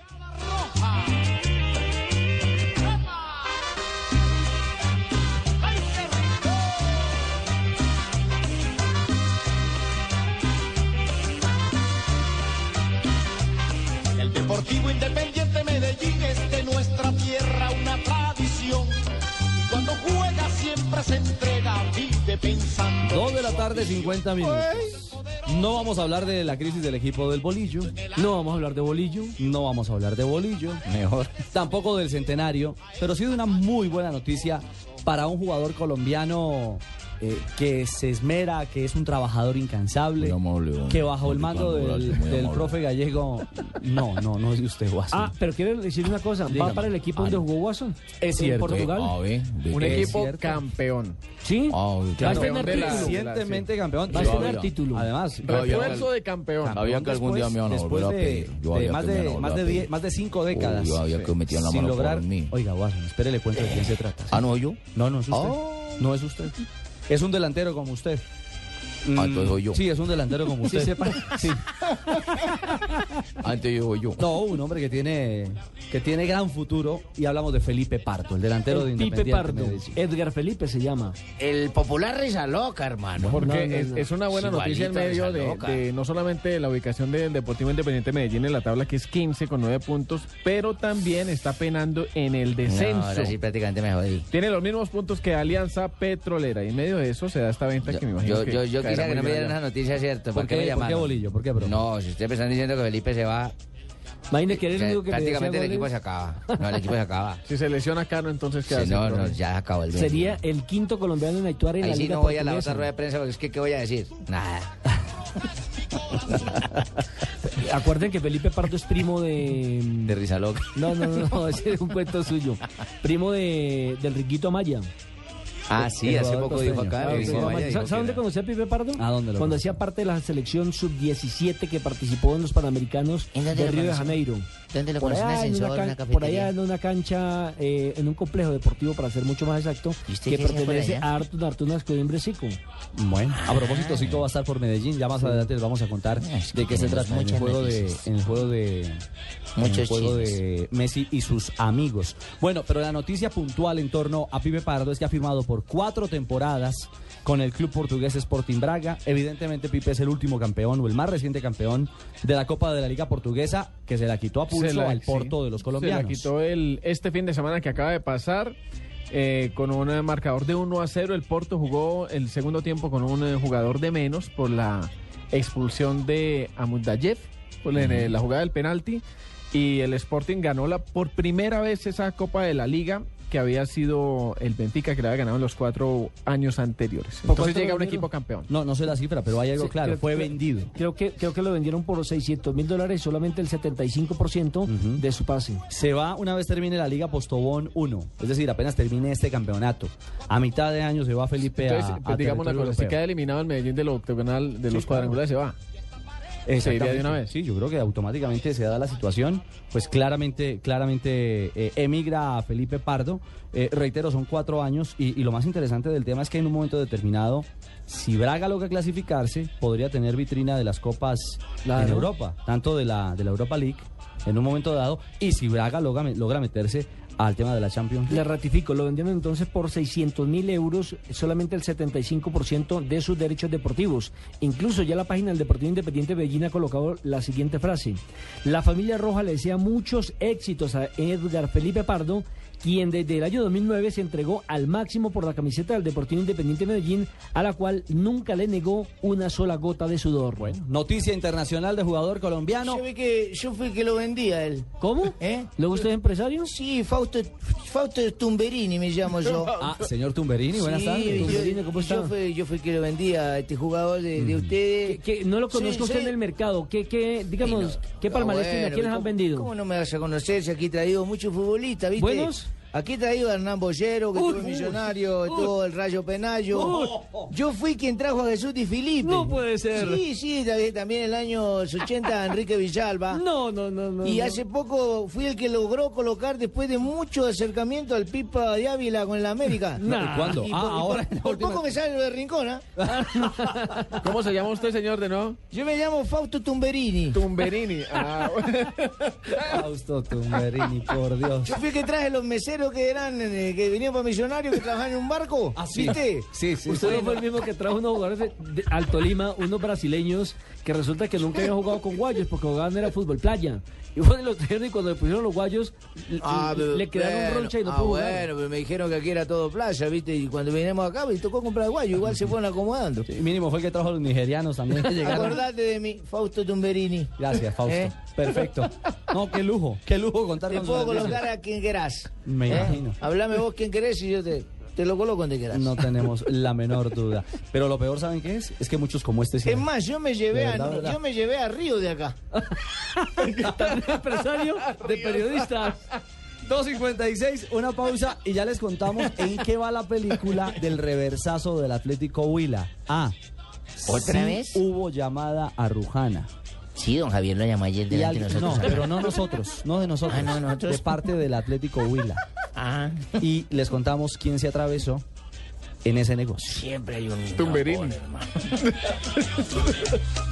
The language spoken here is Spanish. roja. ¡Epa! ¡Ay, qué rico! El Deportivo Independiente Medellín es de nuestra tierra una tradición. Cuando juega siempre se entrega, vive pensando. Dos de la tarde, 50 minutos. No vamos a hablar de la crisis del equipo del bolillo. No vamos a hablar de bolillo. No vamos a hablar de bolillo. Mejor. Tampoco del centenario. Pero sí de una muy buena noticia para un jugador colombiano eh, que se esmera, que es un trabajador incansable. Muy amable, don- que bajo don el mando Ricardo del, Horacio, muy del amable. profe gallego. No, no, no es de usted, Guaso. Ah, pero quiero decir una cosa. ¿Va Dígame. para el equipo Ah, donde jugó Watson? Es ¿En cierto. Portugal? A ver, de- Un Es equipo cierto. campeón. Sí. Este Ah, Va a claro. tener de la- título. Recientemente campeón. Va a Sí, tener oiga. título. Además, Pero yo- Refuerzo de campeón. Había que algún día me iban a pues, después volver a de- pedir. Yo de había más que me de- iban a más volver de a diez- pedir. más de cinco Uy, décadas. yo había que metían la sin mano por lograr. mí. Oiga, Watson, espere, le cuento de quién se trata. Ah, no, yo. No, no es usted. Ah. No es usted. Es un delantero como usted. Mm, Ah, entonces soy yo. Sí, es un delantero como usted. Sí. Ah, Antes yo, yo. No, un hombre que tiene, que tiene gran futuro. Y hablamos de Felipe Pardo, el delantero de El Pipe Independiente Pardo. Medellín. Edgar Felipe se llama. El popular risa loca, hermano. Porque No, no, es, no. es una buena Es noticia en igualito medio esa de, loca. de no solamente de la ubicación del Deportivo Independiente Medellín en la tabla, que es 15 con 9 puntos, pero también está penando en el descenso. No, ahora sí prácticamente me jodí. Tiene los mismos puntos que Alianza Petrolera. Y en medio de eso se da esta venta que me imagino Yo, que yo, yo caerá quisiera que muy no me bien dieran allá. esa noticia, ¿cierto? ¿Por Eh, ¿Por qué me qué, ¿Por qué llamaron? bolillo? ¿Por qué, bro? No, si ustedes me están diciendo que Felipe se va, Imagínate que eres eh, el único que te prácticamente el decía equipo se goles. acaba. No, el equipo se acaba. Si se lesiona Cano, entonces ¿qué Si hace? no, no, Profe? ya se acabó el bien. Sería el quinto colombiano en actuar en Ahí la sí Liga no voy a la otra Portuguesa. rueda de prensa porque es que, ¿qué voy a decir? Nada. Acuerden que Felipe Pardo es primo de... De risa loca. No, no, no, no, ese es un cuento suyo. Primo de, del Riquito Amaya. Ah, sí, hace jugador poco dijo acá. costeño. Ah, dijo, Riquito vaya, Amaya ¿Sabes dijo que dónde era- conocí a Pipe Pardo? ¿A dónde lo Cuando conoció? hacía parte de la selección sub-17 que participó en los Panamericanos ¿En de dónde lo Río de conoció? Janeiro. ¿Dónde lo Por conocí? ¿Un allá, en ascensor, can- una por allá cafetería? en una cancha, eh, en un complejo deportivo, para ser mucho más exacto, ¿Y usted que qué hacía por pertenece allá? a Artun Artunas Coimbre Sico. Bueno, a propósito, Zico va a estar por Medellín. Ya más adelante les vamos a contar Es que de qué se tenemos trata en el muchas juego de, noticias. en el juego de, en el Muchos juego chismes. de Messi y sus amigos. Bueno, pero la noticia puntual en torno a Pibe Pardo es que ha firmado por cuatro temporadas con el club portugués Sporting Braga. Evidentemente, Pipe es el último campeón o el más reciente campeón de la Copa de la Liga Portuguesa que se la quitó a Se pulso la- al sí. Porto de los Se la colombianos. quitó el, este fin de semana que acaba de pasar eh, con un eh, marcador de 1 a 0. El Porto jugó el segundo tiempo con un eh, jugador de menos por la expulsión de Amundayev por en eh, la jugada del penalti. Y el Sporting ganó la, por primera vez esa Copa de la Liga que había sido el Benfica que la había ganado en los cuatro años anteriores. ¿Por Entonces cuánto llega lo un vendieron? equipo campeón. No, no sé la cifra, pero hay algo Sí, claro. creo- Fue creo- vendido. Creo que, creo que lo vendieron por 600 mil dólares, solamente el 75% Ujú. de su pase. Se va una vez termine la Liga Postobón 1, es decir, apenas termine este campeonato. A mitad de año se va Felipe a- Entonces, a, pues, digamos una territorio cosa, si europeo. queda eliminado el Medellín del octogonal de los cuadrangulares se va. se iría de una vez. Sí, yo creo que automáticamente se da la situación, pues claramente, claramente eh, emigra a Felipe Pardo. Eh, reitero, son cuatro años y, y lo más interesante del tema es que en un momento determinado, si Braga logra clasificarse, podría tener vitrina de las copas Claro. en Europa, tanto de la, de la Europa League en un momento dado, y si Braga logra, logra meterse al tema de la Champions Le League. ratifico, lo vendieron entonces por 600 mil euros, solamente el 75% de sus derechos deportivos. Incluso ya la página del Deportivo Independiente de Medellín ha colocado la siguiente frase. La familia Roja le desea muchos éxitos a Edgar Felipe Pardo, quien desde el año 2009 se entregó al máximo por la camiseta del Deportivo Independiente de Medellín, a la cual nunca le negó una sola gota de sudor. Bueno. Noticia internacional de jugador colombiano. Yo vi que yo fui que lo vendía él. ¿Cómo? ¿Eh? ¿Luego usted es empresario? Sí, Fausto Fausto, Fausto Tumberini me llamo yo. Ah, señor Tumberini, buenas Sí, tardes. yo- Tumberini, ¿cómo está? Yo fui, yo fui que lo vendía a este jugador de, de ustedes. Que, que no lo Sí, conozco usted sí. en el mercado. ¿Qué, qué, Y no- digamos, qué no, palmarés bueno, tiene? ¿A quién les ¿cómo- han vendido? ¿Cómo no me vas a conocer si aquí he traído muchos futbolistas, viste? ¿Buenos? Aquí he traído a Hernán Bollero, que Uy, estuvo en uy, millonario, uy. estuvo el Rayo Penayo. Yo fui quien trajo a Jesús Di Filipe. No puede ser. Sí, sí, también, también en el año 80 a Enrique Villalba. No, no, no, no. Y no. hace poco fui el que logró colocar después de mucho acercamiento al Pipa de Ávila con la América. Nah. ¿Y cuándo? Y Ah, por- y ahora en Por, la por última. poco me sale lo de Rincón, ¿ah? ¿Cómo se llama usted, señor, de nuevo? Yo me llamo Fausto Tumberini. Tumberini. Ah, bueno. Fausto Tumberini, por Dios. Yo fui el que traje los meseros que eran, eh, que venían para millonarios, que trabajaban en un barco. Ah, sí. ¿Viste? Sí, sí. Usted no bueno. fue el mismo que trajo unos jugadores de- de- al Tolima, unos brasileños, que resulta que nunca habían jugado con guayos, porque jugaban era fútbol playa. Y fueron los trajeron y cuando le pusieron los guayos, l- l- le quedaron roncha y no ah, pudo jugar. bueno, pero me dijeron que aquí era todo playa, ¿viste? Y cuando vinimos acá, me tocó comprar guayo, igual se fueron acomodando. Sí, mínimo fue el que trajo a los nigerianos también. que llegaron. Acordate de mí, Fausto Tumberini. Gracias, Fausto. ¿Eh? Perfecto. No, qué lujo. Qué lujo contar Te con su puedo servicio. colocar a quien querás. ¿eh? Me imagino. Hablame vos quien querés y yo te, te lo coloco donde querás. No tenemos la menor duda. Pero lo peor, ¿saben qué es? Es que muchos como este... sí- Es más, yo me llevé De a, verdad, verdad. yo me llevé a Río de acá. También empresario de periodistas. 2.56, una pausa y ya les contamos en qué va la película del reversazo del Atlético Huila. Ah, ¿Otra sí vez? hubo llamada a Rujana. Sí, don Javier lo llamó ayer Y delante de al- nosotros. No, pero no nosotros, no de nosotros, Ah, no, nosotros. de parte del Atlético Huila. Ah, Y les contamos quién se atravesó en ese negocio. siempre hay un... Tumberini. No, bueno, hermano.